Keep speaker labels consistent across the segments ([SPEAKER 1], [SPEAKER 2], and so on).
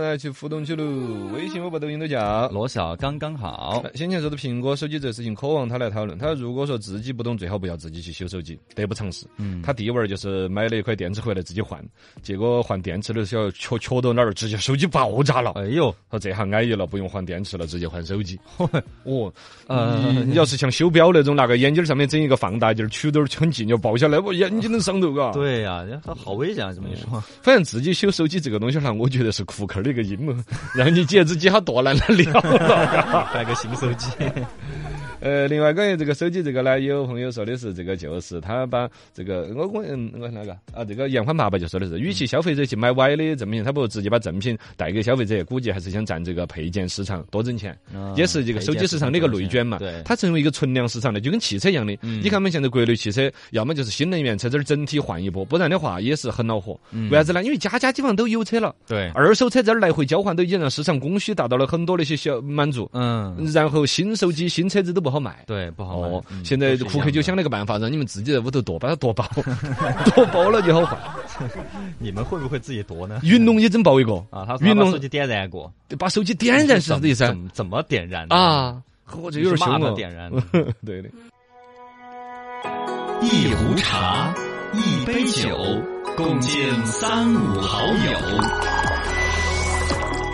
[SPEAKER 1] 来去互动起喽，微信、微博、抖音都叫。
[SPEAKER 2] 罗小刚刚好，
[SPEAKER 1] 先前说的苹果手机这事情，渴望他来讨论。他如果说自己不懂，最好不要自己去修手机，得不偿失。
[SPEAKER 2] 嗯，
[SPEAKER 1] 他第一玩儿就是买了一块电池回来自己换，结果换电池的时候缺缺到哪儿，直接手机爆炸了。
[SPEAKER 2] 哎呦，
[SPEAKER 1] 他这下安逸了，不用换电池了，直接换手机。 哦，
[SPEAKER 2] 呃
[SPEAKER 1] 你你要是像修表那种，拿个眼镜上面整一个放大镜，取点儿很近就爆下来，我眼睛能伤头嘎。，
[SPEAKER 2] 对呀、他好危险啊！这么一说，
[SPEAKER 1] 反正自己修手机这个东西哈，我觉得是库克的一个阴谋，让你姐自己哈多难的了了。
[SPEAKER 2] 买个新手机，
[SPEAKER 1] 呃，另外关于这个手机这个呢，有朋友说的是这个就是他把这个我我嗯我那个啊，这个杨欢爸爸就说的是，与其消费者去买歪的赠品，他不如直接把赠品带给消费者，估计还是想占这个配件市场多挣钱，
[SPEAKER 2] 啊嗯
[SPEAKER 1] 也是这个手机市场的一个内卷嘛。
[SPEAKER 2] 对，
[SPEAKER 1] 它成为一个存量市场了，就跟汽车一样的。你看我们现在国内汽车，要么就是新能源车这儿整体换一波，不然的话也是很恼火。
[SPEAKER 2] 嗯
[SPEAKER 1] 为啥子呢？因为家家基本上都有车了，
[SPEAKER 2] 对，
[SPEAKER 1] 二手车在这儿来回交换，都已经让市场供需达到了很多的一些小满足。
[SPEAKER 2] 嗯，
[SPEAKER 1] 然后新手机、新车子都不好卖。
[SPEAKER 2] 对，不好买
[SPEAKER 1] 哦，
[SPEAKER 2] 嗯
[SPEAKER 1] 现在
[SPEAKER 2] 都是一
[SPEAKER 1] 库克
[SPEAKER 2] 样
[SPEAKER 1] 就
[SPEAKER 2] 的
[SPEAKER 1] 想了个办法，让你们自己在屋头剁， 把它剁爆，剁爆了就好换。
[SPEAKER 2] 你们会不会自己夺呢？
[SPEAKER 1] 云龙也整爆一个
[SPEAKER 2] 啊，他说
[SPEAKER 1] 云
[SPEAKER 2] 他把
[SPEAKER 1] 龙
[SPEAKER 2] 手机点燃过，
[SPEAKER 1] 把手机点燃是啥子意思啊
[SPEAKER 2] 怎？么怎么点燃的？
[SPEAKER 1] 啊，嚯，这
[SPEAKER 2] 你
[SPEAKER 1] 有
[SPEAKER 2] 是
[SPEAKER 1] 点
[SPEAKER 2] 骂
[SPEAKER 1] 凶
[SPEAKER 2] 他
[SPEAKER 1] 哦。
[SPEAKER 2] 点燃
[SPEAKER 1] 对的。
[SPEAKER 3] 一壶茶，一杯酒，共敬三五好友。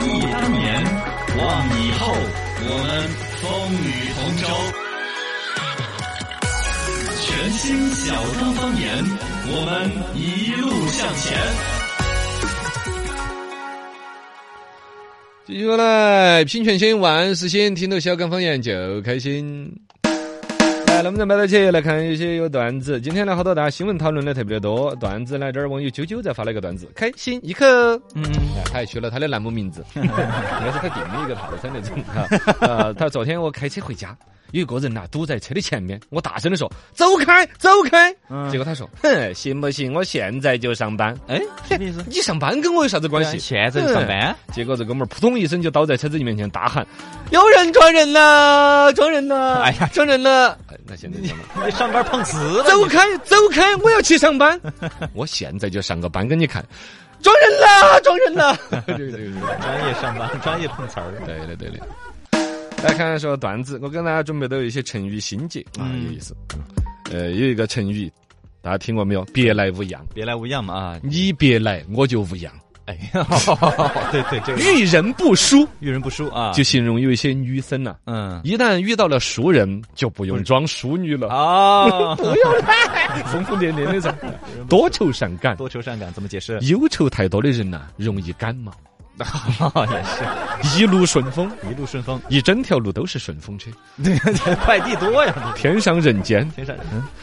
[SPEAKER 3] 忆当年，望以后，我们风雨同舟。全新小刚方言，我们一路向前。
[SPEAKER 1] 接下来，品全新，万事新，听到小刚方言就开心。来，那么咱们到起来看一些有段子。今天呢，好多大家新闻讨论的特别的多，段子呢，这儿网友九九在发了一个段子，开心一刻。
[SPEAKER 2] 嗯，
[SPEAKER 1] 哎他还取了他的栏目 名字，应该是他定的一个套餐那种啊。呃，他昨天我开车回家，有一个人呐、堵在车的前面，我大声的说：“走开，走开！”
[SPEAKER 2] 嗯
[SPEAKER 1] 结果他说：“ 哼，行不行？我现在就上班。
[SPEAKER 2] 哎，什么意思”？
[SPEAKER 1] 你上班跟我有啥子关系？
[SPEAKER 2] 现在就上班，
[SPEAKER 1] 结果这哥们儿扑通一声就倒在车子面前大喊：“有人撞人了！撞人了！
[SPEAKER 2] 哎呀
[SPEAKER 1] 撞人了！”哎那现在怎么？
[SPEAKER 2] 你上班碰瓷了
[SPEAKER 1] 走开，走开！我要去上 班。我现在就上个班给你看。撞人了！撞人了！ 对对对。
[SPEAKER 2] 你专业上班，专业碰瓷儿。
[SPEAKER 1] 对的，对的。来看看说段子，我跟大家准备都有一些成语新解啊，
[SPEAKER 2] 嗯
[SPEAKER 1] 有意思。呃，有一个成语，大家听过没有？别来无恙。
[SPEAKER 2] 别来无恙嘛啊！
[SPEAKER 1] 你别来，我就 无恙。
[SPEAKER 2] 哎呀，对对，这个
[SPEAKER 1] 遇人不淑，
[SPEAKER 2] 遇人不淑啊，
[SPEAKER 1] 就形容有一些女生呐、
[SPEAKER 2] 嗯
[SPEAKER 1] 一旦遇到了熟人，就不用装淑女了，
[SPEAKER 2] 啊，
[SPEAKER 1] 不用来， 疯疯癫癫的噻，多愁善感。
[SPEAKER 2] 多愁善感怎么解释？
[SPEAKER 1] 忧愁太多的人呐、容易感冒。
[SPEAKER 2] 也是
[SPEAKER 1] 一路顺风，
[SPEAKER 2] 一路顺风，
[SPEAKER 1] 一整条路都是顺风车，
[SPEAKER 2] 对，快递多呀，
[SPEAKER 1] 天上人间，
[SPEAKER 2] 天上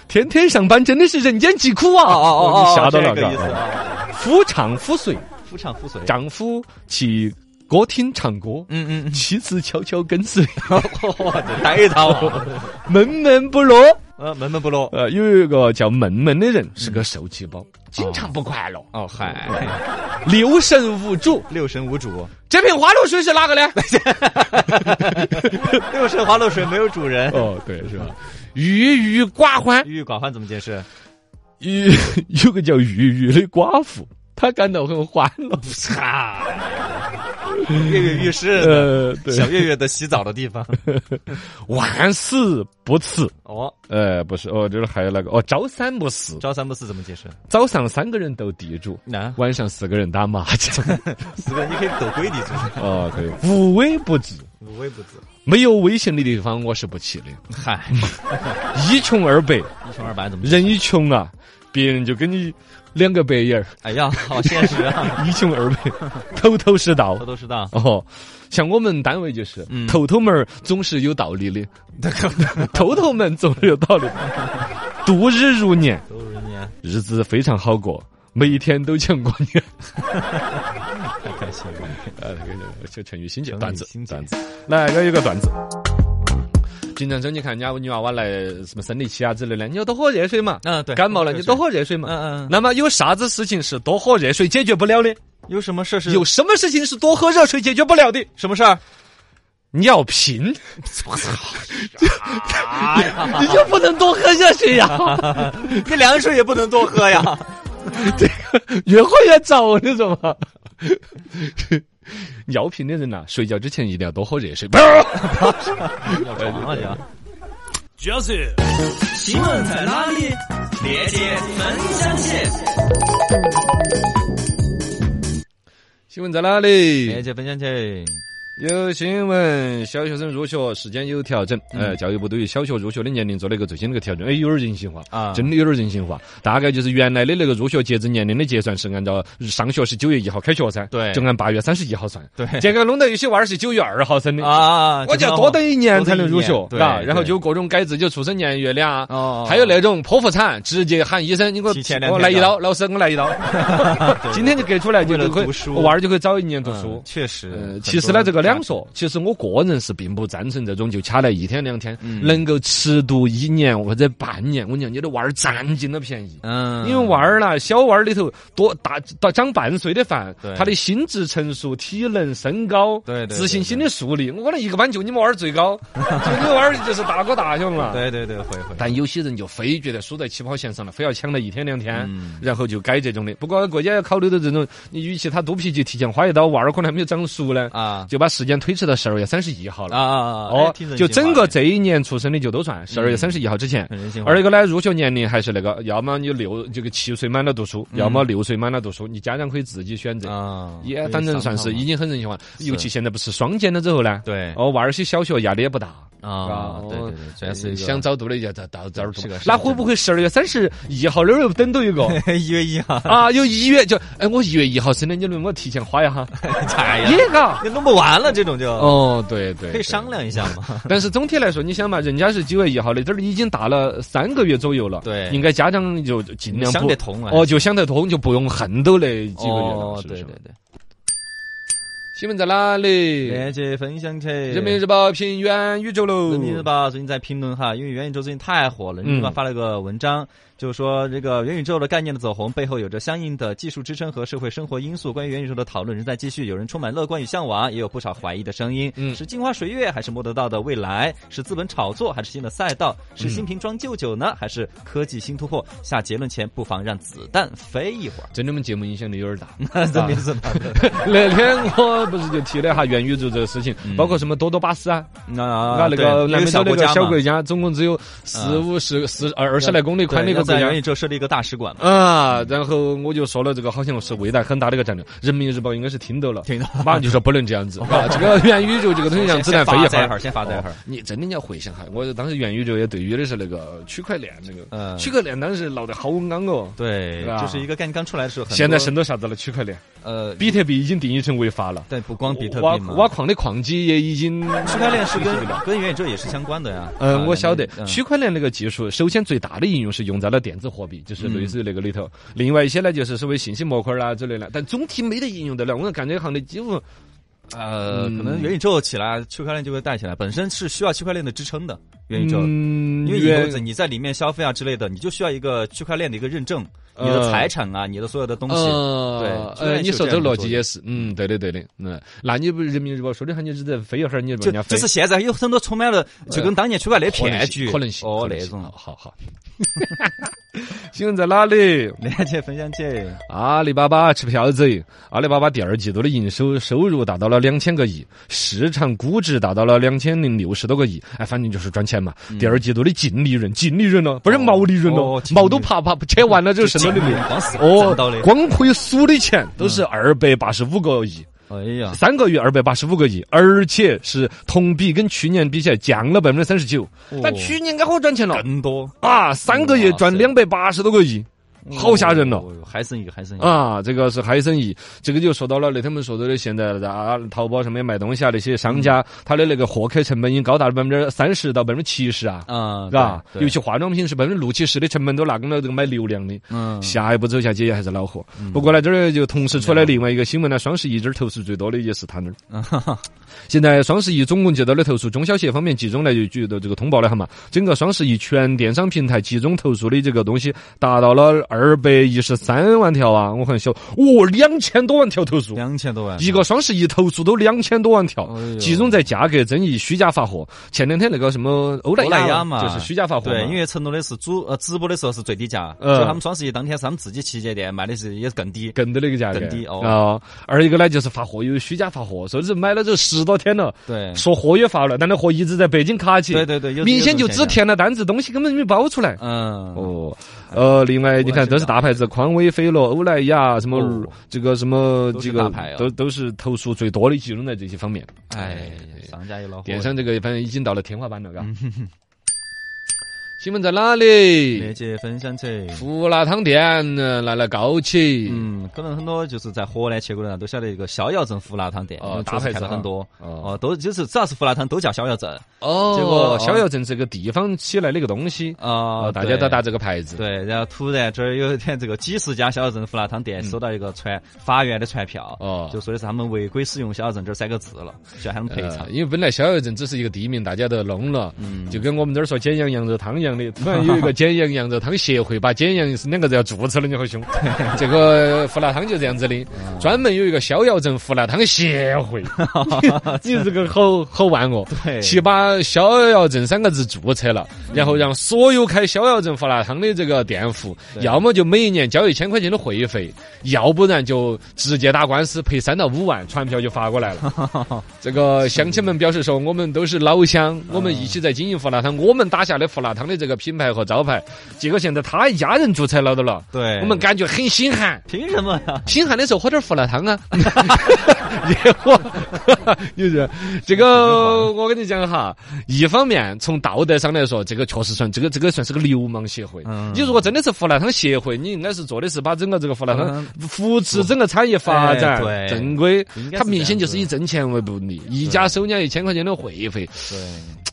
[SPEAKER 1] 天天上班真的是人间疾苦啊！
[SPEAKER 2] 哦
[SPEAKER 1] 你吓到了，
[SPEAKER 2] 这个意
[SPEAKER 1] 嘎
[SPEAKER 2] 思啊，
[SPEAKER 1] 夫唱妇随，
[SPEAKER 2] 夫唱妇随，
[SPEAKER 1] 丈夫去歌厅唱歌，
[SPEAKER 2] 嗯嗯 嗯，
[SPEAKER 1] 妻子悄悄跟 随，
[SPEAKER 2] 带到
[SPEAKER 1] 闷闷不乐。
[SPEAKER 2] 呃，门门不落。
[SPEAKER 1] 呃，有一个叫闷闷的人，是个受气包，经常不快乐，
[SPEAKER 2] 哦，嗨，
[SPEAKER 1] 六啊神无主。
[SPEAKER 2] 六神无主，
[SPEAKER 1] 这瓶花露水是哪个呢？
[SPEAKER 2] 六神花露水没有主人。
[SPEAKER 1] 哦，对，是吧？郁郁寡欢，
[SPEAKER 2] 郁郁寡欢怎么解释？
[SPEAKER 1] 郁有个叫郁郁的寡妇，她感到很欢乐。
[SPEAKER 2] 擦，跃跃欲试，
[SPEAKER 1] 呃，
[SPEAKER 2] 小
[SPEAKER 1] 对，
[SPEAKER 2] 月月的洗澡的地方。
[SPEAKER 1] 万死不辞。
[SPEAKER 2] 哦，
[SPEAKER 1] 呃，不是，哦，这儿还有那个，哦，朝三暮四，
[SPEAKER 2] 朝三暮四怎么解释？
[SPEAKER 1] 早上三个人斗地主，
[SPEAKER 2] 那
[SPEAKER 1] 晚上四个人打麻将。
[SPEAKER 2] 四个你可以走规矩组，
[SPEAKER 1] 哦，可以，无微不至，
[SPEAKER 2] 无微不至。
[SPEAKER 1] 没有危险的地方我是不去的。
[SPEAKER 2] 嗨，
[SPEAKER 1] 一穷二白，
[SPEAKER 2] 一穷二白怎么？
[SPEAKER 1] 人一穷啊，别人就跟你两个白眼儿，
[SPEAKER 2] 哎呀，好现实啊！
[SPEAKER 1] 一穷二 白，头头是 道
[SPEAKER 2] 头。头是道，
[SPEAKER 1] 哦，像我们单位就是，
[SPEAKER 2] 嗯
[SPEAKER 1] 头头们儿总是有道理的， 头头们总是有道 理的。度日如年，
[SPEAKER 2] 都是年，
[SPEAKER 1] 日子非常好过，每一天都像过年。
[SPEAKER 2] 太开心了。
[SPEAKER 1] 呃，那个就成语新解
[SPEAKER 2] 成语
[SPEAKER 1] 段子
[SPEAKER 2] 新，解
[SPEAKER 1] 段子，来，有一个段子。经常说，你看人家女娃娃来什么生理期啊之类的，你要多喝热水嘛。
[SPEAKER 2] 嗯，对，
[SPEAKER 1] 感冒了你多
[SPEAKER 2] 喝。
[SPEAKER 1] 喝热水嘛。
[SPEAKER 2] 嗯嗯，
[SPEAKER 1] 那么有啥子事情是多喝热水解决不了的？
[SPEAKER 2] 有什么事是
[SPEAKER 1] 有什么事情是多喝热水解决不了的？
[SPEAKER 2] 什么事儿？
[SPEAKER 1] 尿 频。我操！你就不能多喝热水呀？
[SPEAKER 2] 这凉水也不能多喝呀。
[SPEAKER 1] 越喝越糟那种啊。药品的人呐、睡觉之前一定要多喝热水。
[SPEAKER 2] 要床啊这。
[SPEAKER 3] 询问在哪里？连接分享线。
[SPEAKER 1] 新闻在哪里？
[SPEAKER 2] 感谢分享去。
[SPEAKER 1] 有新闻，小学生入学时间有调整。
[SPEAKER 2] 嗯
[SPEAKER 1] 呃，教育部对于小学入学的年龄做了一个最新的一个调整，哎，有点人性化
[SPEAKER 2] 啊
[SPEAKER 1] 真的有点人性化。大概就是原来的那个入学截止年龄的结算是按照上学是九月一号开学噻，
[SPEAKER 2] 对
[SPEAKER 1] 就按八月三十一号算。
[SPEAKER 2] 对
[SPEAKER 1] 这个弄得有些娃儿是九月二号生的，
[SPEAKER 2] 啊，
[SPEAKER 1] 我就要多等一年才能入学
[SPEAKER 2] 多，等一年
[SPEAKER 1] 嘎
[SPEAKER 2] 对
[SPEAKER 1] 然后
[SPEAKER 2] 对
[SPEAKER 1] 就各种改制，就出生年月的啊，
[SPEAKER 2] 哦
[SPEAKER 1] 还有那种剖腹产，直接喊医生，你给我
[SPEAKER 2] 提前两
[SPEAKER 1] 我
[SPEAKER 2] 天
[SPEAKER 1] 来一
[SPEAKER 2] 的
[SPEAKER 1] 刀，老师给我来 一刀，今天就给出来就
[SPEAKER 2] 为了
[SPEAKER 1] 就可以
[SPEAKER 2] 读书
[SPEAKER 1] 娃儿就可以早一年读
[SPEAKER 2] 嗯
[SPEAKER 1] 书。
[SPEAKER 2] 确实
[SPEAKER 1] 呃，
[SPEAKER 2] 很，
[SPEAKER 1] 其实
[SPEAKER 2] 多
[SPEAKER 1] 呢，这个两
[SPEAKER 2] 家
[SPEAKER 1] 说，其实我个人是并不赞成这种就掐来一天两天，
[SPEAKER 2] 嗯
[SPEAKER 1] 能够迟读一年或者半年，我讲你的娃儿占尽了便宜。
[SPEAKER 2] 嗯，
[SPEAKER 1] 因为娃儿啦，小娃儿里头多大到长半岁的饭
[SPEAKER 2] 对，
[SPEAKER 1] 他的心智成熟、体能、身高、
[SPEAKER 2] 对对
[SPEAKER 1] 自信心的树立，我可能一个班就你们娃儿最 高，就你们娃儿就是大哥大兄了。
[SPEAKER 2] 对对对，会会。
[SPEAKER 1] 但有些人就非觉得输在起跑线上了，非要抢了一天两天，
[SPEAKER 2] 嗯
[SPEAKER 1] 然后就改这种的。不过国家要考虑到这种，你与其他肚皮就提前划一刀，娃儿可能还没有长熟呢，
[SPEAKER 2] 啊
[SPEAKER 1] 就把时间推迟到十二月三十一号
[SPEAKER 2] 啊
[SPEAKER 1] 了。
[SPEAKER 2] 啊！哎
[SPEAKER 1] 哦
[SPEAKER 2] 挺嗯人，
[SPEAKER 1] 就
[SPEAKER 2] 性化
[SPEAKER 1] 整个
[SPEAKER 2] 的
[SPEAKER 1] 这一年出生的就都算十二月三十一号之前。
[SPEAKER 2] 很人性化。
[SPEAKER 1] 而一个呢，入学年龄还是那个，要么你六这个七岁满了读书，要么六岁满了读书，你家长可以自己选择。
[SPEAKER 2] 嗯啊，
[SPEAKER 1] 也
[SPEAKER 2] 可以
[SPEAKER 1] 反正
[SPEAKER 2] 商
[SPEAKER 1] 算
[SPEAKER 2] 讨
[SPEAKER 1] 是
[SPEAKER 2] 嘛
[SPEAKER 1] 已经很人性化，尤其现在不是双减了之后呢，
[SPEAKER 2] 对
[SPEAKER 1] 哦，娃儿些小学压力也不大，
[SPEAKER 2] 啊，对对对，主要是一个
[SPEAKER 1] 想早读的就到到早儿读
[SPEAKER 2] 是个是，个
[SPEAKER 1] 那会不会十二月三十一号那儿又等到一 个
[SPEAKER 2] 一月一号，
[SPEAKER 1] 啊？有一月就哎，我一月一号生的，你能不能给我提前花一 下？
[SPEAKER 2] 哎呀，
[SPEAKER 1] 也嘎。
[SPEAKER 2] 你弄不完了，这种就
[SPEAKER 1] 哦，对对，
[SPEAKER 2] 可以
[SPEAKER 1] 对
[SPEAKER 2] 商量一下 嘛。
[SPEAKER 1] 但是总体来说，你想嘛，人家是九月一号的，这儿已经打了三个月左右了，
[SPEAKER 2] 对
[SPEAKER 1] 应该家长就尽量不
[SPEAKER 2] 想得通啊
[SPEAKER 1] 哦，就想得通，就不用恨到那几个月了，
[SPEAKER 2] 哦
[SPEAKER 1] 是，不
[SPEAKER 2] 对
[SPEAKER 1] 是
[SPEAKER 2] 对？对，
[SPEAKER 1] 新闻在哪里？
[SPEAKER 2] 连接分享去。
[SPEAKER 1] 人民日报评元宇宙喽，
[SPEAKER 2] 人民日报最近在评论哈，因为元宇宙最近太火了，人民日报
[SPEAKER 1] 嗯
[SPEAKER 2] 发了个文章，就是说这个元宇宙的概念的走红背后有着相应的技术支撑和社会生活因素。关于元宇宙的讨论仍在继续，有人充满乐观与向往，也有不少怀疑的声音。
[SPEAKER 1] 嗯
[SPEAKER 2] 是镜花水月还是摸得到的未来？是资本炒作还是新的赛道？是新瓶装旧酒呢，还是科技新突破？下结论前，不妨让子弹飞一会儿。
[SPEAKER 1] 真的 我们节目影响力有点大。
[SPEAKER 2] 这名字呢？
[SPEAKER 1] 那天我不是就提了一下元宇宙这个事情，包括什么多多巴斯啊，
[SPEAKER 2] 那
[SPEAKER 1] 啊，那个
[SPEAKER 2] 对
[SPEAKER 1] 南
[SPEAKER 2] 一
[SPEAKER 1] 美
[SPEAKER 2] 个
[SPEAKER 1] 洲那
[SPEAKER 2] 小国
[SPEAKER 1] 个
[SPEAKER 2] 家
[SPEAKER 1] 小
[SPEAKER 2] 嘛
[SPEAKER 1] 国家，总共只有四五十、四二二十来公里宽的一个
[SPEAKER 2] 啊对
[SPEAKER 1] 国
[SPEAKER 2] 要在
[SPEAKER 1] 家
[SPEAKER 2] 元。宇宙设立一个大使馆嘛。
[SPEAKER 1] 啊，然后我就说了，这个好像是未来很大的一个战略。人民日报应该是听到了，
[SPEAKER 2] 听到
[SPEAKER 1] 马上就说不能这 样子，啊这个元宇宙这个东西让子弹飞哦一
[SPEAKER 2] 先发
[SPEAKER 1] 会
[SPEAKER 2] 展一
[SPEAKER 1] 儿
[SPEAKER 2] 会。儿，先发展一会儿。
[SPEAKER 1] 你真的要回想哈，我当时元宇宙也对于的是那个区块链那个，
[SPEAKER 2] 嗯
[SPEAKER 1] 区块链当时闹得好昂哦。
[SPEAKER 2] 对
[SPEAKER 1] 对吧，
[SPEAKER 2] 就是一个概念刚出来的时候，很多
[SPEAKER 1] 现在渗透啥子了？区块 链，
[SPEAKER 2] 呃，
[SPEAKER 1] 比特币已经定义成违法了，
[SPEAKER 2] 对，不光比特
[SPEAKER 1] 挖
[SPEAKER 2] 币嘛，
[SPEAKER 1] 挖矿的矿机也已经
[SPEAKER 2] 区块链是跟
[SPEAKER 1] 的
[SPEAKER 2] 跟元宇宙也是相关的呀。
[SPEAKER 1] 嗯，我晓得
[SPEAKER 2] 嗯
[SPEAKER 1] 区块链那个技术，首先最大的应用是用在了电子货币，就是
[SPEAKER 2] 嗯
[SPEAKER 1] 类似于那个里头。另外一些呢，就是所谓信息模块啦之类的，但总体没得应用得了。我感觉行的几乎
[SPEAKER 2] 呃，可
[SPEAKER 1] 嗯
[SPEAKER 2] 能元宇宙起来，区块链就会带起来，本身是需要区块链的支撑的。元宇宙，
[SPEAKER 1] 嗯
[SPEAKER 2] 因为以后你在里面消费啊之类的，你就需要一个区块链的一个认证，你的
[SPEAKER 1] 呃
[SPEAKER 2] 财产啊，你的所有的东西。
[SPEAKER 1] 呃，
[SPEAKER 2] 对
[SPEAKER 1] 呃，
[SPEAKER 2] 区块链
[SPEAKER 1] 你
[SPEAKER 2] 是
[SPEAKER 1] 说
[SPEAKER 2] 有
[SPEAKER 1] 这个
[SPEAKER 2] 这样
[SPEAKER 1] 逻
[SPEAKER 2] 的
[SPEAKER 1] 辑
[SPEAKER 2] 作
[SPEAKER 1] 也是，嗯，对的对的，嗯，那你不人民日报说的喊你只在飞一会儿，你就把
[SPEAKER 2] 就
[SPEAKER 1] 人家飞
[SPEAKER 2] 就是现在有很多充满了，就跟当年区块链
[SPEAKER 1] 可能
[SPEAKER 2] 骗
[SPEAKER 1] 性
[SPEAKER 2] 局
[SPEAKER 1] 可能性
[SPEAKER 2] 哦
[SPEAKER 1] 可能
[SPEAKER 2] 那
[SPEAKER 1] 性啊
[SPEAKER 2] 种
[SPEAKER 1] 好。好好。 新闻在哪里？
[SPEAKER 2] 链接分享起，
[SPEAKER 1] 阿里巴巴吃票子，阿里巴巴第二季度的营收收入达到了两千个亿，市场估值达到了两千零六十多个亿，哎，反正就是赚钱嘛。第二季度的净利润，净利润了，不是毛利润
[SPEAKER 2] 嗯哦
[SPEAKER 1] 了
[SPEAKER 2] 哦，净利润嗯
[SPEAKER 1] 毛都爬爬扯完了之后剩了的
[SPEAKER 2] 就净利润光是
[SPEAKER 1] 哦
[SPEAKER 2] 挣到的，
[SPEAKER 1] 光可以数的钱都
[SPEAKER 2] 嗯
[SPEAKER 1] 是二百八十五个亿，
[SPEAKER 2] 哎呀，
[SPEAKER 1] 三个月二百八十五个亿，而且是同比跟去年比起来降了百分之三十九，
[SPEAKER 2] 哦
[SPEAKER 1] 但去年该好赚钱了
[SPEAKER 2] 更多，
[SPEAKER 1] 啊，三个月赚
[SPEAKER 2] 嗯哇塞
[SPEAKER 1] 两百八十多个亿，好吓人了。
[SPEAKER 2] 哦！还剩一个，还剩一个。
[SPEAKER 1] 啊，这个是嗨生意，这个就说到了那天我们说到的，现在的啊，淘宝上面卖东西啊，那些商
[SPEAKER 2] 嗯
[SPEAKER 1] 家他的那个获客成本已经高达了百分之三十到百分之七十啊，
[SPEAKER 2] 啊，
[SPEAKER 1] 嘎，
[SPEAKER 2] 对
[SPEAKER 1] 尤其化妆品是百分之六七十的成本都拿给了这个买流量的。
[SPEAKER 2] 嗯，
[SPEAKER 1] 下一步走下去也还是恼火。不过呢，这儿就同时出来另外一个新闻呢，双十一这儿投诉最多的也是他那儿。
[SPEAKER 2] 啊
[SPEAKER 1] 现在双十一总共接到的投诉，中小企业方面集中来就举到这个通报了哈嘛。整个双十一全电商平台集中投诉的这个东西达到了二百一十三万条啊，我很晓，哦，两千多万条投诉。
[SPEAKER 2] 两千多万，
[SPEAKER 1] 一个双十一投诉都两千多万条
[SPEAKER 2] 哎呦，
[SPEAKER 1] 集中在价格争议、虚假发货。前两天那个什么欧莱
[SPEAKER 2] 欧莱
[SPEAKER 1] 雅
[SPEAKER 2] 雅嘛
[SPEAKER 1] 就是虚假发货嘛。
[SPEAKER 2] 对，因为成都的是主呃直播的时候是最低价，
[SPEAKER 1] 嗯
[SPEAKER 2] 所以他们双十一当天是他们自己旗舰店卖的是也是更低。
[SPEAKER 1] 更的那个价格，
[SPEAKER 2] 更低哦
[SPEAKER 1] 啊二一个呢，就是发货有虚假发货，甚至买了这十多天了，
[SPEAKER 2] 对
[SPEAKER 1] 说货也发了，但那货一直在北京卡起，
[SPEAKER 2] 嗯对对对，有
[SPEAKER 1] 明显就只。
[SPEAKER 2] 有这种现象
[SPEAKER 1] 填了单子，东西根本没包出来。
[SPEAKER 2] 嗯，
[SPEAKER 1] 哦，呃，另外你看都是大牌子，匡威、菲乐、欧莱雅，什么
[SPEAKER 2] 哦
[SPEAKER 1] 这个什么
[SPEAKER 2] 都是
[SPEAKER 1] 这个
[SPEAKER 2] 大牌啊
[SPEAKER 1] 都都是投诉最多的集中在这些方面。
[SPEAKER 2] 哎，商家也恼火。
[SPEAKER 1] 电商这个反正已经到了天花板了，嘎。
[SPEAKER 2] 嗯
[SPEAKER 1] 新闻在哪里
[SPEAKER 2] 热？姐分享起。
[SPEAKER 1] 胡辣汤店呃来了高起，
[SPEAKER 2] 嗯，可能很多就是在河南去过的人都晓得一个逍遥镇胡辣汤店，
[SPEAKER 1] 哦
[SPEAKER 2] 因为
[SPEAKER 1] 大牌子
[SPEAKER 2] 确实看到
[SPEAKER 1] 哈
[SPEAKER 2] 很多
[SPEAKER 1] 哦
[SPEAKER 2] 哦，都就是只要是胡辣汤都叫逍遥镇
[SPEAKER 1] 哦，
[SPEAKER 2] 结果
[SPEAKER 1] 逍遥镇这个地方起来的一个东西，
[SPEAKER 2] 啊
[SPEAKER 1] 哦，，大家都打
[SPEAKER 2] 打。
[SPEAKER 1] 这个牌子。
[SPEAKER 2] 对，然后突然这儿有一天，这个几十家逍遥镇胡辣汤店收到一个传法院的传票，
[SPEAKER 1] 嗯哦
[SPEAKER 2] 就说的是他们违规使用“逍遥镇”这三个字了，需要喊他们赔
[SPEAKER 1] 呃
[SPEAKER 2] 偿。嗯
[SPEAKER 1] 因为本来逍遥镇只是一个地名，大家都弄了，就跟我们这儿说简阳羊肉汤一样的。突然有一个简阳羊肉汤协会，把简阳两个字要注册了，你好凶。 这个胡辣汤就这样子的，
[SPEAKER 2] 哦
[SPEAKER 1] 专门有一个逍遥镇胡辣汤协 会。 你这个好好玩哦！
[SPEAKER 2] 对
[SPEAKER 1] 去把逍遥镇三个字注册了，然后让所有开逍遥镇胡辣汤的这个店户，要么就每一年交一千块钱的会费，要不然就直接打官司赔三到五万，传票就发过来了。 这个乡亲们表示说，我们都是老乡，我
[SPEAKER 2] 嗯
[SPEAKER 1] 们一起在经营胡辣汤，我们打下的胡辣汤的这个品牌和招牌，结果现在他一家人注册了的了，
[SPEAKER 2] 对，
[SPEAKER 1] 我们感觉很心寒。
[SPEAKER 2] 凭什么呀？
[SPEAKER 1] 心寒的时候喝点胡辣汤 啊，也喝， 就是这个。 我跟你讲哈，一方面从道德上来说，这个确实算这个这个算是个流氓协会。
[SPEAKER 2] 嗯
[SPEAKER 1] 你如果真的是胡辣汤协会，你应该是做的是把整个这个胡辣汤
[SPEAKER 2] 嗯
[SPEAKER 1] 扶持整个产业发展
[SPEAKER 2] 哎对
[SPEAKER 1] 正规
[SPEAKER 2] 应。该是
[SPEAKER 1] 它明显
[SPEAKER 2] 这
[SPEAKER 1] 就
[SPEAKER 2] 样子
[SPEAKER 1] 是以挣钱为目的，一家收人家一千块钱的会费，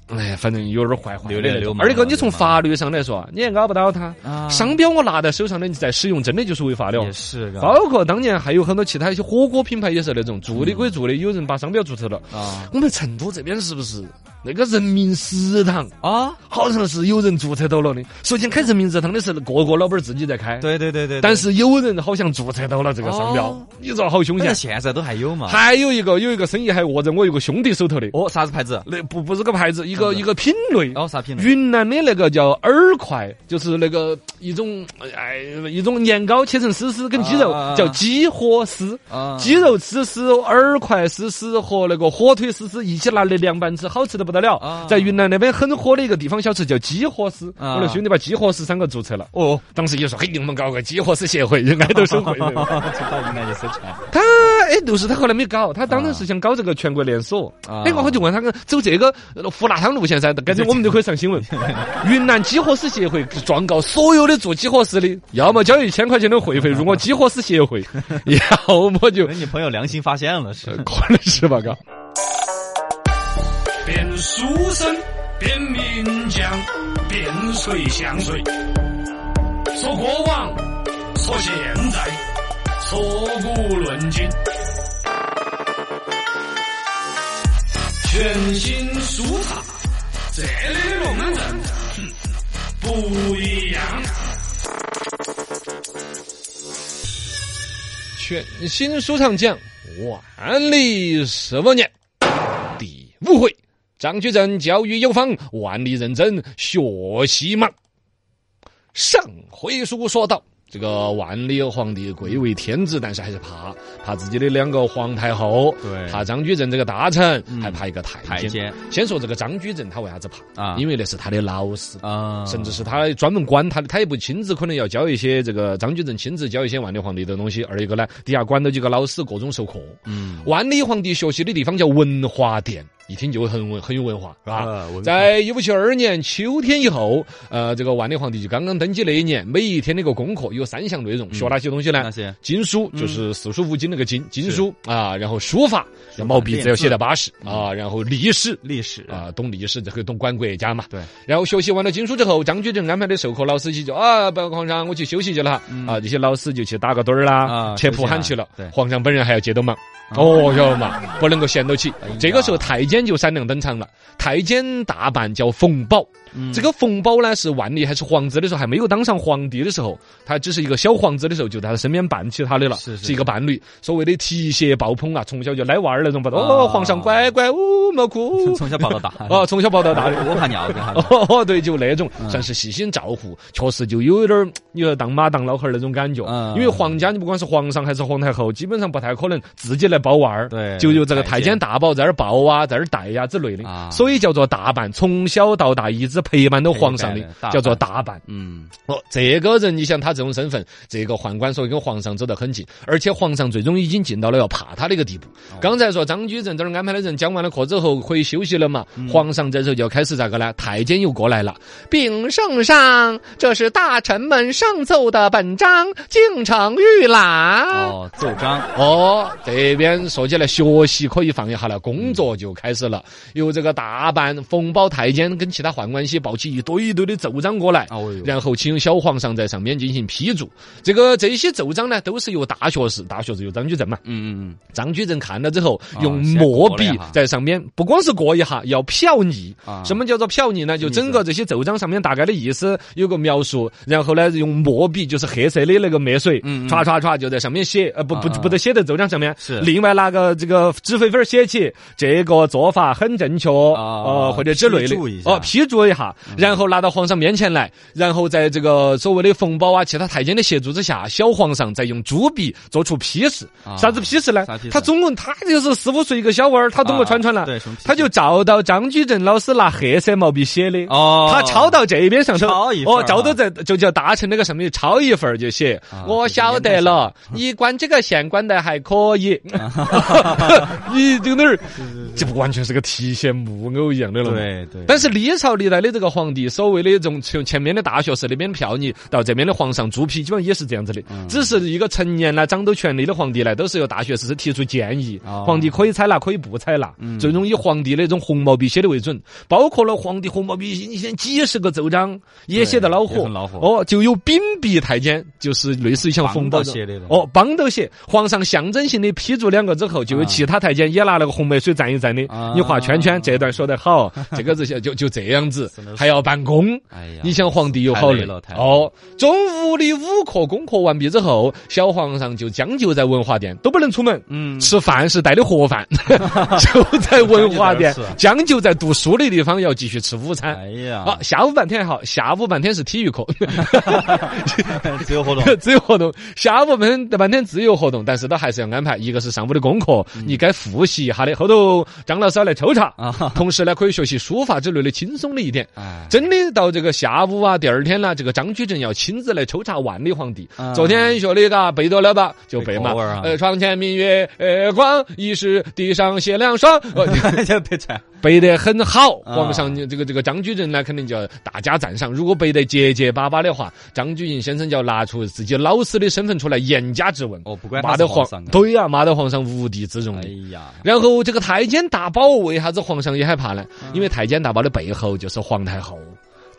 [SPEAKER 2] 对，
[SPEAKER 1] 哎，反正有点坏坏
[SPEAKER 2] 有
[SPEAKER 1] 的
[SPEAKER 2] 点
[SPEAKER 1] 那
[SPEAKER 2] 流
[SPEAKER 1] 种。
[SPEAKER 2] 氓
[SPEAKER 1] 二一个，你从
[SPEAKER 2] 流氓
[SPEAKER 1] 法律上来说，你也咬不到他。
[SPEAKER 2] 啊
[SPEAKER 1] 商标我拿在手上的，你再使用，真的哦就是违法了。
[SPEAKER 2] 也是啊个
[SPEAKER 1] 包括当年还有很多其他一些火锅品牌也是那种做的归做的，有人把商标注册了。
[SPEAKER 2] 啊
[SPEAKER 1] 我们成都这边是不是那个人民食堂，
[SPEAKER 2] 啊！
[SPEAKER 1] 好像是有人注册到了的？首先开人民食堂的是个个老板自己在开，
[SPEAKER 2] 对对对对，
[SPEAKER 1] 但是有人好像注册到了这个商标
[SPEAKER 2] 哦，
[SPEAKER 1] 你说好凶
[SPEAKER 2] 反
[SPEAKER 1] 险
[SPEAKER 2] 正！现在都还有嘛。
[SPEAKER 1] 还有一个有一个生意还握在我一个兄弟手头的，
[SPEAKER 2] 哦，啥子牌子？
[SPEAKER 1] 那不不是个牌子，一个
[SPEAKER 2] 啥子
[SPEAKER 1] 一个品类。
[SPEAKER 2] 哦，啥品类？
[SPEAKER 1] 云南的那个叫饵块，就是那个呃一种哎一种年糕切成丝丝跟鸡肉
[SPEAKER 2] 啊啊啊，
[SPEAKER 1] 叫鸡和丝。
[SPEAKER 2] 啊
[SPEAKER 1] 鸡肉丝丝、饵块丝丝和那个火腿丝丝一起拿来凉拌吃，好吃的不得了。
[SPEAKER 2] 啊
[SPEAKER 1] 在云南那边很火的一个地方小吃叫鸡和丝，
[SPEAKER 2] 啊
[SPEAKER 1] 我那兄弟把鸡和丝三个注册了。
[SPEAKER 2] 哦，
[SPEAKER 1] 当时一说，嘿，你们搞个鸡和丝协会，人家都收会的。
[SPEAKER 2] 这到云南就收钱
[SPEAKER 1] 他哎，就是他后来没搞，他当然是想搞这个全国连锁。
[SPEAKER 2] 啊
[SPEAKER 1] 哎，我好就问他个走这个呃胡辣汤路线噻，感觉我们都可以上 新闻。云南鸡和丝协会状告所有的做鸡和丝的，要么交一千块钱的会费入我鸡和丝协 会，要么就
[SPEAKER 2] 可能你朋友良心发现了是
[SPEAKER 1] 呃 可能是吧，嘎。
[SPEAKER 3] 变书生，变名将，变谁像谁？说过往，说现在，说古论今。全新书茶，这里的龙门阵哼不一样。
[SPEAKER 1] 全新书唱奖万历十五年第五回，张居正教育有方，万历认真学习忙。上回书说到，这个万历皇帝贵为天子，但是还是怕怕自己的两个皇太后，
[SPEAKER 2] 对
[SPEAKER 1] 怕张居正这个大臣，
[SPEAKER 2] 嗯
[SPEAKER 1] 还怕一个太监。
[SPEAKER 2] 太监
[SPEAKER 1] 先说这个张居正，他为啥子怕
[SPEAKER 2] 啊
[SPEAKER 1] 因为那是他的老师。
[SPEAKER 2] 啊，
[SPEAKER 1] 甚至是他专门管他的，他也不亲自可能要教一些这个张居正亲自教一些万历皇帝的东西。二一个呢，底下管到几个老师各种授课。
[SPEAKER 2] 嗯
[SPEAKER 1] 万历皇帝学习的地方叫文华殿，一听就很文很有文化，是吧？
[SPEAKER 2] 啊文化
[SPEAKER 1] 在一五七二年秋天以后，呃，这个万历皇帝就刚刚登基那一年，每一天那个功课有三项内容，学哪些东西呢？
[SPEAKER 2] 嗯那嗯些
[SPEAKER 1] 经书就是四书五经那个经，经书啊，然后书法要毛笔字要
[SPEAKER 2] 练字
[SPEAKER 1] 写到巴适啊，然后历史
[SPEAKER 2] 历史啊
[SPEAKER 1] 啊，懂历史这个懂管国家嘛。
[SPEAKER 2] 对。
[SPEAKER 1] 然后学习完了经书之后，张居正安排的授课老师起就啊，报告皇上，我去休息去了哈。啊，这些老师就去打个盹儿啦，
[SPEAKER 2] 嗯啊
[SPEAKER 1] 去
[SPEAKER 2] 休息
[SPEAKER 1] 蒲
[SPEAKER 2] 啊
[SPEAKER 1] 喊去了
[SPEAKER 2] 对。啊
[SPEAKER 1] 哦
[SPEAKER 2] 哎
[SPEAKER 1] 皇上本人还要接到忙。哦，晓得嘛，不能够闲到起。这个时候太监间就闪亮登场了。太监大办叫冯保，
[SPEAKER 2] 嗯
[SPEAKER 1] 这个冯保呢是万历还是皇子的时候，还没有当上皇帝的时候，他只是一个小皇子的时候，就在他身边伴起他的了，
[SPEAKER 2] 是是，
[SPEAKER 1] 一个伴侣。所谓的提携抱捧啊，从小就奶娃儿那种，把他哦，皇上乖乖，哦，莫哭
[SPEAKER 2] 从小跑到大，
[SPEAKER 1] 哦，从小抱到大的。
[SPEAKER 2] 我怕尿的哈。
[SPEAKER 1] 哦， 对，就那种
[SPEAKER 2] 嗯
[SPEAKER 1] 算是细心照顾，确实就有点儿，你说当妈当老汉儿那种感觉。
[SPEAKER 2] 嗯
[SPEAKER 1] 因为皇家，你不管是皇上还是皇太后，基本上不太可能自己来包娃儿，
[SPEAKER 2] 对
[SPEAKER 1] 就有这个太
[SPEAKER 2] 太监
[SPEAKER 1] 监大宝在那儿抱啊，在那儿带呀之类的，
[SPEAKER 2] 啊
[SPEAKER 1] 所以叫做大办，从小到大一直陪伴到皇上
[SPEAKER 2] 陪
[SPEAKER 1] 的
[SPEAKER 2] 伴的大，
[SPEAKER 1] 叫做大办。
[SPEAKER 2] 嗯，
[SPEAKER 1] 哦，这个人，你想他这种身份，这个宦官所以跟皇上走得很近，而且皇上最终已经近到了要怕他的一个地步。刚才说张居正这儿安排的人讲完了课之后可以休息了嘛，皇上这时候就要开始咋个呢？太监又过来了，禀圣上，这是大臣们上奏的本章，敬请御览。
[SPEAKER 2] 哦，奏章，
[SPEAKER 1] 哦，这边说起来，学习可以放一下了，工作就开始了。由这个大办冯保太监跟其他宦官些抱起一堆一堆的奏章过来，
[SPEAKER 2] 哦哟
[SPEAKER 1] 然后请小皇上在上面进行批注。这个这些奏章呢，都是由大学士，大学士由张居正嘛，
[SPEAKER 2] 嗯嗯
[SPEAKER 1] 张居正看了之后，用
[SPEAKER 2] 啊先
[SPEAKER 1] 墨
[SPEAKER 2] 过了
[SPEAKER 1] 笔
[SPEAKER 2] 一下
[SPEAKER 1] 在上面，不光是过一下，要漂拟。
[SPEAKER 2] 啊
[SPEAKER 1] 什么叫做漂拟呢？就整个这些奏章上面大概的意思有个描述，然后呢，用墨笔就是黑色的那个墨水，
[SPEAKER 2] 嗯嗯
[SPEAKER 1] 唰唰唰就在上面写，呃，不不
[SPEAKER 2] 啊啊
[SPEAKER 1] 不得写在奏章上面。
[SPEAKER 2] 是
[SPEAKER 1] 另外拿个这个纸飞粉写起，这个做法很正确，呃，或者之类
[SPEAKER 2] 啊批
[SPEAKER 1] 的
[SPEAKER 2] 注一，下嗯
[SPEAKER 1] 哦，批注一下，然后拿到皇上面前来，然后在这个所谓的冯保啊、其他太监的协助之下，小皇上再用朱笔做出批示
[SPEAKER 2] 啊。
[SPEAKER 1] 啥子批示呢
[SPEAKER 2] 啥批示？
[SPEAKER 1] 他中文他就是十五岁一个小娃儿，他懂个川川
[SPEAKER 2] 啊
[SPEAKER 1] 了
[SPEAKER 2] 对什么批示，
[SPEAKER 1] 他就照到张居正老师拿黑色毛笔写的。
[SPEAKER 2] 嗯，哦，
[SPEAKER 1] 他抄到这边上头，
[SPEAKER 2] 抄一份儿
[SPEAKER 1] 哦，照到这就叫达成那个上面抄一份儿就写
[SPEAKER 2] 啊，
[SPEAKER 1] 我晓得了，你管这个线管得还可 以， 你就那儿，这不完全是个提线木偶一样的了嘛。哎
[SPEAKER 2] 对对，
[SPEAKER 1] 但是历朝历来的这个皇帝，所谓的从从前面的大学士那边票你到这边的皇上朱批，基本上也是这样子的。
[SPEAKER 2] 嗯
[SPEAKER 1] 只是一个成年了、掌握权力的皇帝呢，都是由大学士提出建议，
[SPEAKER 2] 哦嗯
[SPEAKER 1] 皇帝可以采纳，可以不采纳，最终以皇帝那种红毛笔写的为准。包括了皇帝红毛笔，一天几十个奏章也写得恼
[SPEAKER 2] 也
[SPEAKER 1] 火，
[SPEAKER 2] 很恼火
[SPEAKER 1] 哦，就有秉笔太监，就是类似于像冯保
[SPEAKER 2] 帮着写的了
[SPEAKER 1] 哦，帮斗写。皇上象征性的批注两个之后，就有
[SPEAKER 2] 啊
[SPEAKER 1] 其他太监也拿那个红墨水蘸一蘸的
[SPEAKER 2] 啊，
[SPEAKER 1] 你画圈圈，这段说得 好，这个这些就就这样子
[SPEAKER 2] 真的，是
[SPEAKER 1] 还要办公。
[SPEAKER 2] 哎呀，
[SPEAKER 1] 你想皇帝有
[SPEAKER 2] 太
[SPEAKER 1] 好
[SPEAKER 2] 累
[SPEAKER 1] 累
[SPEAKER 2] 了太累
[SPEAKER 1] 哦！中午的午课功课完毕之后，小皇上就将就在文华殿，都不能出门。
[SPEAKER 2] 嗯，
[SPEAKER 1] 吃饭是带的盒 饭，就在文华殿
[SPEAKER 2] 将就在那儿吃啊，
[SPEAKER 1] 将就在读书的地方要继续吃午餐。
[SPEAKER 2] 哎呀，
[SPEAKER 1] 好，下午半天好，下午半天是体育课，
[SPEAKER 2] 自由 活动，
[SPEAKER 1] 自由活动，下午们半天自由活动，但是他还是要安排，一个是上午的功课，你该复习一下的，后头张老师要来抽查
[SPEAKER 2] 啊，
[SPEAKER 1] 同时呢可以学习书法之类的轻松的一点。
[SPEAKER 2] 哎，
[SPEAKER 1] 真的到这个下午啊，第二天呢、这个张居正要亲自来抽查万历皇帝。
[SPEAKER 2] 嗯
[SPEAKER 1] 昨天学的嘎背到了吧？就背嘛
[SPEAKER 2] 背口味儿啊。
[SPEAKER 1] 呃，床前明月呃光，疑是地上写两双。呃
[SPEAKER 2] 就别传，
[SPEAKER 1] 背得很好，
[SPEAKER 2] 啊
[SPEAKER 1] 皇上这个这个张居正呢，肯定就要大加赞赏。如果背得结结巴巴的话，张居正先生就要拿出自己老师的身份出来严加质问，
[SPEAKER 2] 哦，不管他
[SPEAKER 1] 骂
[SPEAKER 2] 是
[SPEAKER 1] 得
[SPEAKER 2] 皇
[SPEAKER 1] 皇
[SPEAKER 2] 上啊，
[SPEAKER 1] 对呀、骂得皇上无地自容
[SPEAKER 2] 哎
[SPEAKER 1] 的。
[SPEAKER 2] 呀，
[SPEAKER 1] 然后这个太监大宝为啥子皇上也害怕呢？
[SPEAKER 2] 啊
[SPEAKER 1] 因为太监大宝的背后就是皇太后。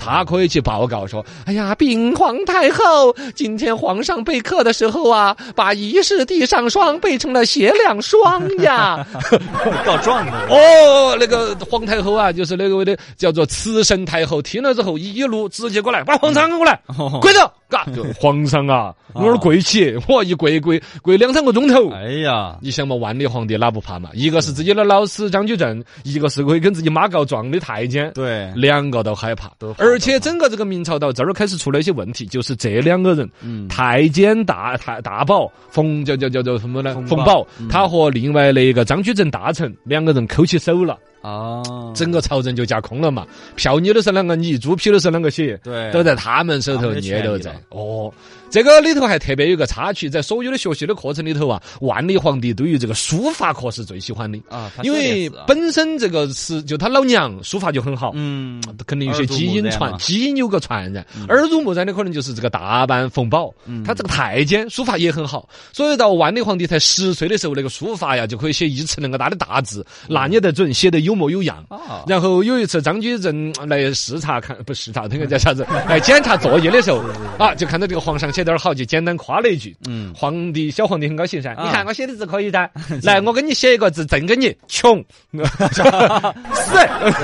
[SPEAKER 1] 他可以去报告说：“哎呀，禀皇太后，今天皇上备课的时候啊，把疑是地上霜背成了鞋两双呀。”
[SPEAKER 2] 告状的，
[SPEAKER 1] 哦，那个皇太后啊，就是那个位的叫做慈圣太后，听了之后一路直接过来，把皇上喊过来，
[SPEAKER 2] 哦
[SPEAKER 1] 跪着， 嘎，就皇上啊，我儿跪起，我一跪跪跪两三个钟头。
[SPEAKER 2] 哎呀，
[SPEAKER 1] 你想嘛，万历皇帝哪不怕嘛？一个是自己的老师张居正，一个是可以跟自己妈告状的太监，
[SPEAKER 2] 对，
[SPEAKER 1] 两个都害怕
[SPEAKER 2] 都。害怕
[SPEAKER 1] 而且整个这个明朝到这儿开始出了一些问题，就是这两个人，
[SPEAKER 2] 嗯
[SPEAKER 1] 太监大太大宝冯叫叫叫叫什么呢？
[SPEAKER 2] 冯
[SPEAKER 1] 冯
[SPEAKER 2] 保
[SPEAKER 1] 保，他和另外的一个张居正大臣两个人抠起手了。
[SPEAKER 2] 哦，
[SPEAKER 1] 整个朝政就架空了嘛。票你的是啷个你，猪皮的是啷个写，
[SPEAKER 2] 对，
[SPEAKER 1] 都在他们手头，
[SPEAKER 2] 哎他们的
[SPEAKER 1] 你也都
[SPEAKER 2] 权
[SPEAKER 1] 在
[SPEAKER 2] 利了。
[SPEAKER 1] 哦，这个里头还特别有个插曲，在所有的学习的课程里头啊，万历皇帝对于这个书法课是最喜欢的。
[SPEAKER 2] 啊，他
[SPEAKER 1] 因
[SPEAKER 2] 说
[SPEAKER 1] 为
[SPEAKER 2] 点子啊
[SPEAKER 1] 本身这个是就他老娘书法就很好，
[SPEAKER 2] 嗯，
[SPEAKER 1] 肯定有些基因
[SPEAKER 2] 嘛嗯
[SPEAKER 1] 传，鸡有个传染。耳濡目染的可能就是这个大坂冯保，他这个太监书法也很好，所以到万历皇帝才十岁的时候，那个书法呀就可以写一尺那个大的大字，
[SPEAKER 2] 嗯
[SPEAKER 1] 拿捏得准，写得有模有样。
[SPEAKER 2] 啊，
[SPEAKER 1] 然后有一次张居正嗯来视察看，不视察那个叫啥 子？来检查作业的时候啊，就看到这个皇上写得儿好，就简单夸了一句。
[SPEAKER 2] 嗯，
[SPEAKER 1] 皇帝小皇帝很高兴噻，
[SPEAKER 2] 啊
[SPEAKER 1] 你看我写的字可以 噻，来我给你写一个字赠给你，穷， 死，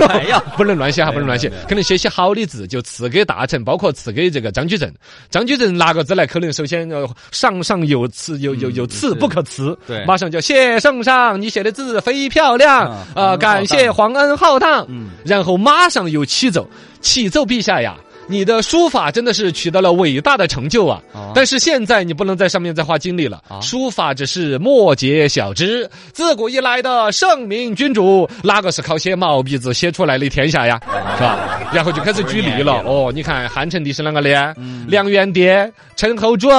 [SPEAKER 2] 哎呀，
[SPEAKER 1] 不能乱写哈，不能乱写
[SPEAKER 2] 没有没，有
[SPEAKER 1] 可能写些好的字就赐给大臣，包括赐给这个张居正。张居正拿个字来，可能首先要上上有词，有有有词
[SPEAKER 2] 是
[SPEAKER 1] 不可辞，
[SPEAKER 2] 嗯对
[SPEAKER 1] 马上就谢圣上，你写的字非漂亮
[SPEAKER 2] 啊，
[SPEAKER 1] 呃，
[SPEAKER 2] 皇恩浩荡
[SPEAKER 1] 感谢皇恩浩荡
[SPEAKER 2] 嗯，
[SPEAKER 1] 然后马上又启奏，启奏陛下呀。你的书法真的是取得了伟大的成就啊！
[SPEAKER 2] 哦
[SPEAKER 1] 但是现在你不能在上面再花精力了，
[SPEAKER 2] 啊
[SPEAKER 1] 书法只是末节小枝。自古以来的圣明君主，哪个是靠写毛笔字写出来的天下呀？是吧？然后就开始举例了。哦，你看汉成帝是啷个的？梁元帝、陈后主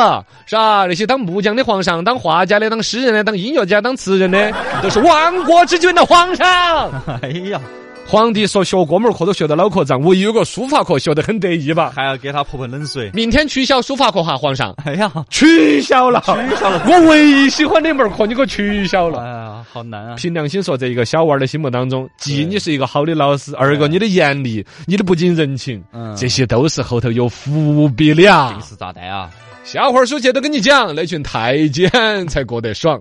[SPEAKER 1] 是吧？那些当木匠的皇上、当画家的、当诗人的、当音乐家、当词人的，都是亡国之君的皇上。
[SPEAKER 2] 哎呀，
[SPEAKER 1] 皇帝说学过门儿课都学到脑壳胀，唯有个书法课学得很得意吧？
[SPEAKER 2] 还要给他泼盆冷水，
[SPEAKER 1] 明天取消书法课哈，皇上。
[SPEAKER 2] 哎呀，
[SPEAKER 1] 取消了，
[SPEAKER 2] 取消了
[SPEAKER 1] 我唯一喜欢的门儿课，你给我取消
[SPEAKER 2] 哎
[SPEAKER 1] 了。
[SPEAKER 2] 呀，好难啊，
[SPEAKER 1] 凭良心说，在一个小娃儿的心目当中，既
[SPEAKER 2] 对
[SPEAKER 1] 你是一个好的老师，二个你的严厉，你的不近人情，
[SPEAKER 2] 嗯
[SPEAKER 1] 这些都是后头有伏笔的啊
[SPEAKER 2] 定。时炸弹啊，
[SPEAKER 1] 下回儿书记都跟你讲，那群太监才过得爽。